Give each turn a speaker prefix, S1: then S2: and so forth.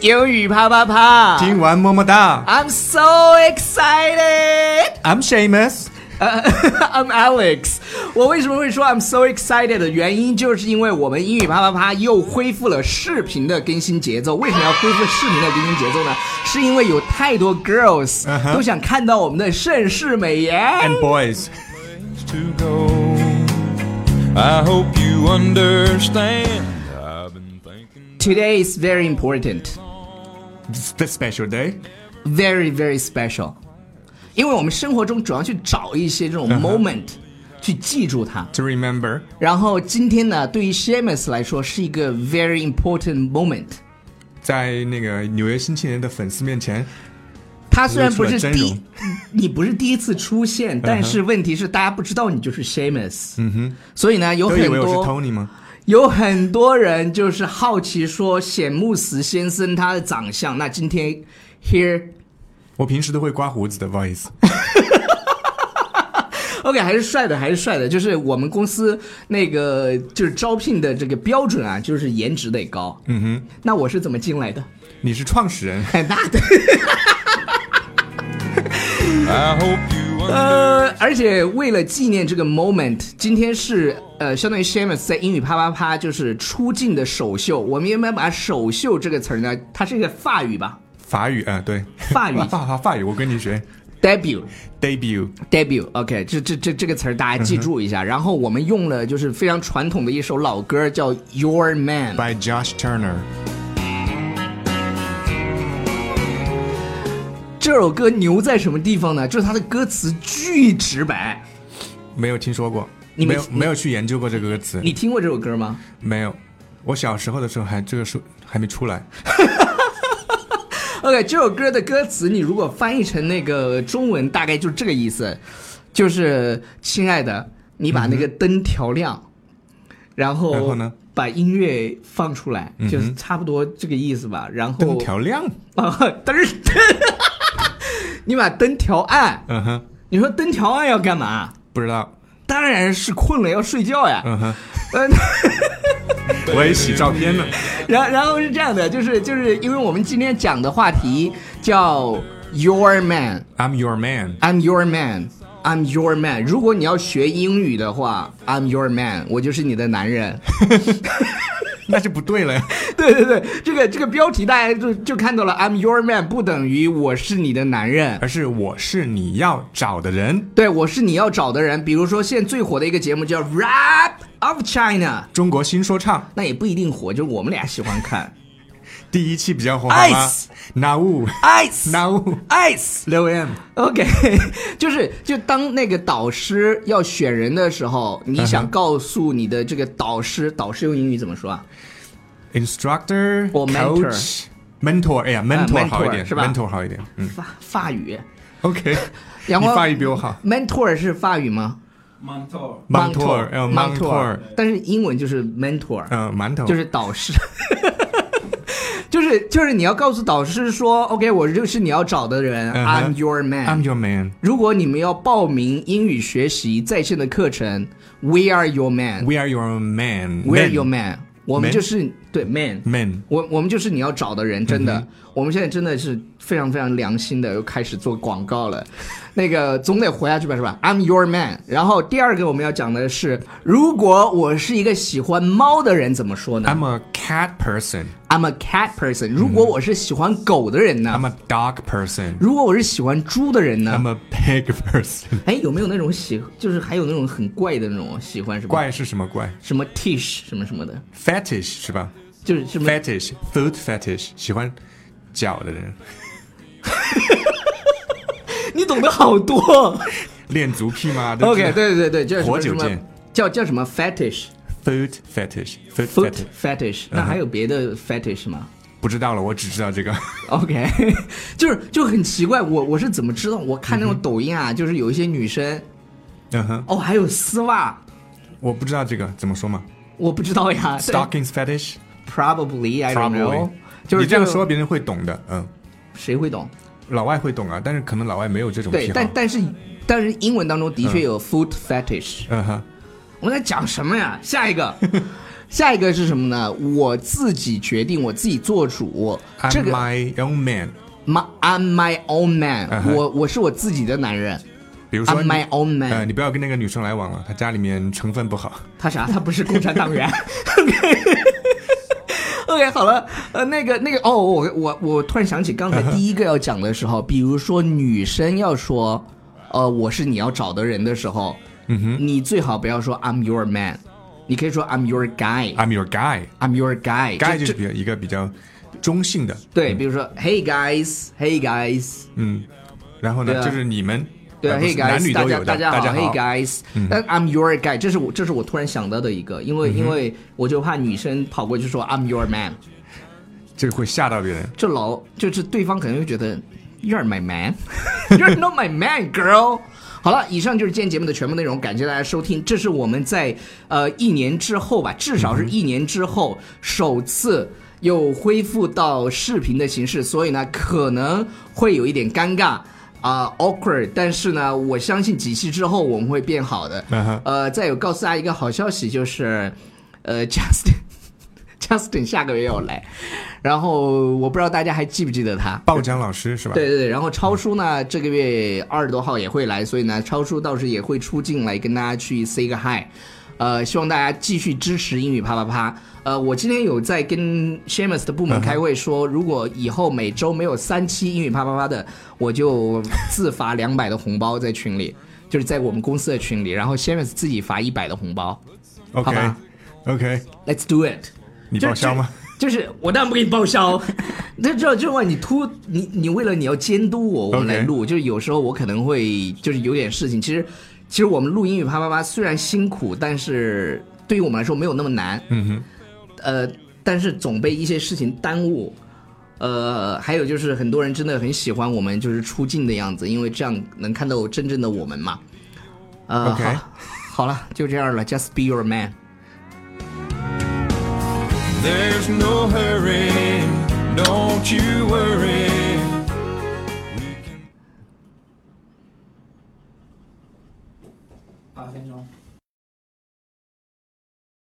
S1: 鱿鱼啪啪啪。
S2: 今晚么么哒
S1: I'm so excited。
S2: ，I'm Shamus。
S1: 呃 I'm Alex。我为什么会说 I'm so excited 的原因，就是因为我们英语啪啪啪又恢复了视频的更新节奏。为什么要恢复视频的更新节奏呢？是因为有太多 girls
S2: 嗯哼
S1: 都想看到我们的盛世美颜。
S2: And boys，
S3: to go. I hope you understand. I've been thinking.
S1: Today is very important,
S2: it's the special day。
S1: very very special，因为我们生活中主要去找一些这种 moment 去记住它。
S2: To remember，
S1: 然后今天呢，对于 Shamus 来说是一个 very important moment。
S2: 在那个纽约新青年的粉丝面前，
S1: 他虽然不是
S2: 露出了
S1: 第
S2: 真
S1: 一， 你不是第一次出现，但是问题是大家不知道你就是 Shamus。嗯哼，所以呢，有
S2: 都
S1: 很
S2: 以为我是
S1: 多
S2: Tony 吗？
S1: 有很多人就是好奇说显木死先生他的长相。那今天 here
S2: 我平时都会刮胡子的，voice。
S1: OK，还是帅的，还是帅的。就是我们公司那个就是招聘的这个标准啊，就是颜值得高。嗯哼，那我是怎么进来的？
S2: 你是创始人，
S1: 很大的，
S3: I hope you
S1: 呃，而且为了纪念这个 moment，今天是呃，相当于 Shamus 在英语啪啪啪就是出镜的首秀。我们原本把首秀这个词儿呢，它是一个法语吧
S2: 法语啊，对，
S1: 法语
S2: 法 法法语，我跟你学
S1: ，debut。
S2: debut。
S1: debut，OK，、这这这这个词儿大家记住一下。然后我们用了就是非常传统的一首老歌，叫《Your Man》。
S2: by Josh Turner。
S1: 这首歌牛在什么地方呢？就是它的歌词巨直白。
S2: 没有听说过，
S1: 你没
S2: 没有
S1: 你
S2: 没有去研究过这个歌词，
S1: 你听过这首歌吗？
S2: 没有。我小时候的时候还这个书还没出来，
S1: OK，这首歌的歌词你如果翻译成那个中文，大概就是这个意思，就是亲爱的，你把那个灯调亮，然后
S2: 然后呢，嗯
S1: 把音乐放出来，就是差不多这个意思吧。然后
S2: 灯调亮，
S1: 啊，灯 儿，你把灯调暗。
S2: 嗯哼，
S1: 你说灯调暗要干嘛？
S2: 不知道，
S1: 当然是困了要睡觉呀。
S2: 嗯哼，
S1: 嗯。
S2: 我也洗照片呢。
S1: 然后然后是这样的，就是就是因为我们今天讲的话题叫 Your Man。
S2: I'm your man，
S1: I'm your man. I'm your man. 如果你要学英语的话，I'm your man，我就是你的男人。
S2: 那就不对了呀。
S1: 对对对，这个这个标题大家就就看到了，I'm your man 不等于我是你的男人。
S2: 而是我是你要找的人，
S1: 对，我是你要找的人。比如说，现在最火的一个节目叫《Rap of China》，
S2: 中国新说唱
S1: 那也不一定火，就是我们俩喜欢看。
S2: 第一期比较火，好吗
S1: Ice
S2: ？Now
S1: Ice，Ice。
S2: now 六 M，
S1: OK，就是就当那个导师要选人的时候，你想告诉你的这个导师，导师用英语怎么说啊？
S2: instructor
S1: 我 mentor 啊
S2: coach mentor，哎呀，mentor
S1: mentor，
S2: 好一点，
S1: 是吧
S2: mentor 好一点，嗯
S1: 法法语。
S2: ，OK，
S1: 然后
S2: 你发音比我好
S1: mentor 是法语吗
S4: Mentor，
S2: ，mentor，呃
S1: mentor，
S2: ，mentor，
S1: 但是英文就是 mentor，、
S2: 嗯，馒头
S1: 就是导师。 就是就是你要告诉导师说，OK，我就是你要找的人、
S2: 嗯
S1: i
S2: 哼
S1: m your man。
S2: I'm your man。
S1: 如果你们要报名英语学习在线的课程，We are your man。
S2: We are your man.
S1: We are
S2: Men.
S1: your man。我们
S2: Man
S1: 就是对 man。
S2: Man.
S1: 我我们就是你要找的人，真
S2: 嗯
S1: 的，我们现在真的是非常非常良心的，又开始做广告了。那个总得活下去吧，是吧？I'm your man。然后第二个我们要讲的是，如果我是一个喜欢猫的人，怎么说呢
S2: I'm a cat person.
S1: ？I'm a cat person。如果我是喜欢狗的人呢？
S2: I'm a dog person.
S1: 如果我是喜欢猪的人呢
S2: I'm？a pig person.
S1: 哎，有没有那种喜，就是还有那种很怪的那种喜欢什么？
S2: 怪是什么怪
S1: 什么 tish 什么什么的，
S2: ？Fetish 是吧
S1: 就是什么
S2: ？Fetish, food fetish，喜欢脚的人，
S1: 你懂得好多。
S2: 恋足癖吗
S1: OK，对对对，叫什
S2: 活
S1: 么
S2: 久
S1: 什么
S2: 见
S1: 叫叫什么 fetish
S2: ，food fetish, 嗯 food
S1: foot
S2: fetish，
S1: fetish，那还有别的 fetish 吗
S2: 不知道了，我只知道这个。
S1: ？OK，就是就很奇怪，我我是怎么知道？我看那种抖音啊，就是有一些女生
S2: 嗯哼，
S1: 哦，还有丝袜，
S2: 我不知道这个怎么说嘛
S1: 我不知道 呀。对
S2: ？Stockings fetish,
S1: probably I don't know，
S2: probably。
S1: 就是
S2: 你这样
S1: 个
S2: 说，别人会懂的。嗯，
S1: 谁会懂？
S2: 老外会懂啊，但是可能老外没有这种
S1: 对，
S2: 癖好嗯
S1: 但。但是但是英文当中的确有 foot fetish。
S2: 嗯哼，
S1: 我在讲什么呀？下一个下一个是什么呢？我自己决定，我自己做主。这
S2: I'm
S1: 个
S2: my own man。
S1: my I'm my own man，、
S2: 嗯哼
S1: 我我是我自己的男人。
S2: 比如说
S1: I'm
S2: 你，
S1: my own
S2: 呃，
S1: man，、
S2: 你不要跟那个女生来往了，她家里面成分不好。
S1: 他啥？他不是共产党员。OK，好了，呃，那个那个，哦，我我我突然想起
S2: 嗯
S1: 刚才第一个要讲的时候，比如说女生要说，呃，我是你要找的人的时候，
S2: 嗯哼
S1: 你最好不要说 I'm your man，你可以说 I'm your guy，I'm
S2: ，I'm your guy。
S1: your guy，
S2: guy
S1: 嗯这
S2: 就是
S1: 这
S2: 嗯比较一个比较中性的，
S1: 对，比如说 Hey guys，Hey guys，
S2: 嗯，然后呢，
S1: 对啊
S2: 就是你们，
S1: 对
S2: 而不
S1: ，Hey
S2: 是男
S1: guys，
S2: 女
S1: 大
S2: 都
S1: 家
S2: 有的，
S1: 大家好
S2: 好嗯
S1: ，Hey guys，但 I'm your guy，这是我这是我突然想到的一个，因为因为我就怕女生跑过去说 I'm your man，
S2: 这个会吓到别人。
S1: 就老就是对方可能会觉得 You're my man，You're not my man，girl。好了，以上就是今天节目的全部内容，感谢大家收听。这是我们在呃一年之后吧，至
S2: 嗯
S1: 少是一年之后、首次又恢复到视频的形式，所以呢可能会有一点尴尬啊、awkward，但是呢我相信几期之后我们会变好的。
S2: 嗯哼
S1: 呃，再有告诉大家一个好消息，就是呃 Justin。Justin 下个月要来，然后我不知道大家还记不记得他。
S2: 鲍江老师是吧？
S1: 对，对对，然后超叔呢，这个月二十多号也会来，所以呢，超叔到时也会出镜来跟大家去 say 个 hi，呃，希望大家继续支持英语啪啪啪。呃，我今天有在跟 Shamus 的部门开会说，如果以后每周没有三期英语啪啪啪的，我就自罚两百的红包在群里，就是在我们公司的群里，然后 Shamus 自己罚一百的红包。好吧
S2: ，OK，OK，
S1: Let's do it。
S2: 你报销吗？
S1: 就是我当然不给你报销， 那这就问你突你你为了你要监督我，我们
S2: OK
S1: 来录就是有时候我可能会就是有点事情，其实其实我们录英语啪啪啪虽然辛苦，但是对于我们来说没有那么难，
S2: 嗯哼，
S1: 呃，但是总被一些事情耽误。呃，还有就是很多人真的很喜欢我们就是出镜的样子，因为这样能看到真正的我们嘛。呃
S2: OK
S1: 好，好了，就这样了，Just be your man。
S3: There's no hurry, don't you worry.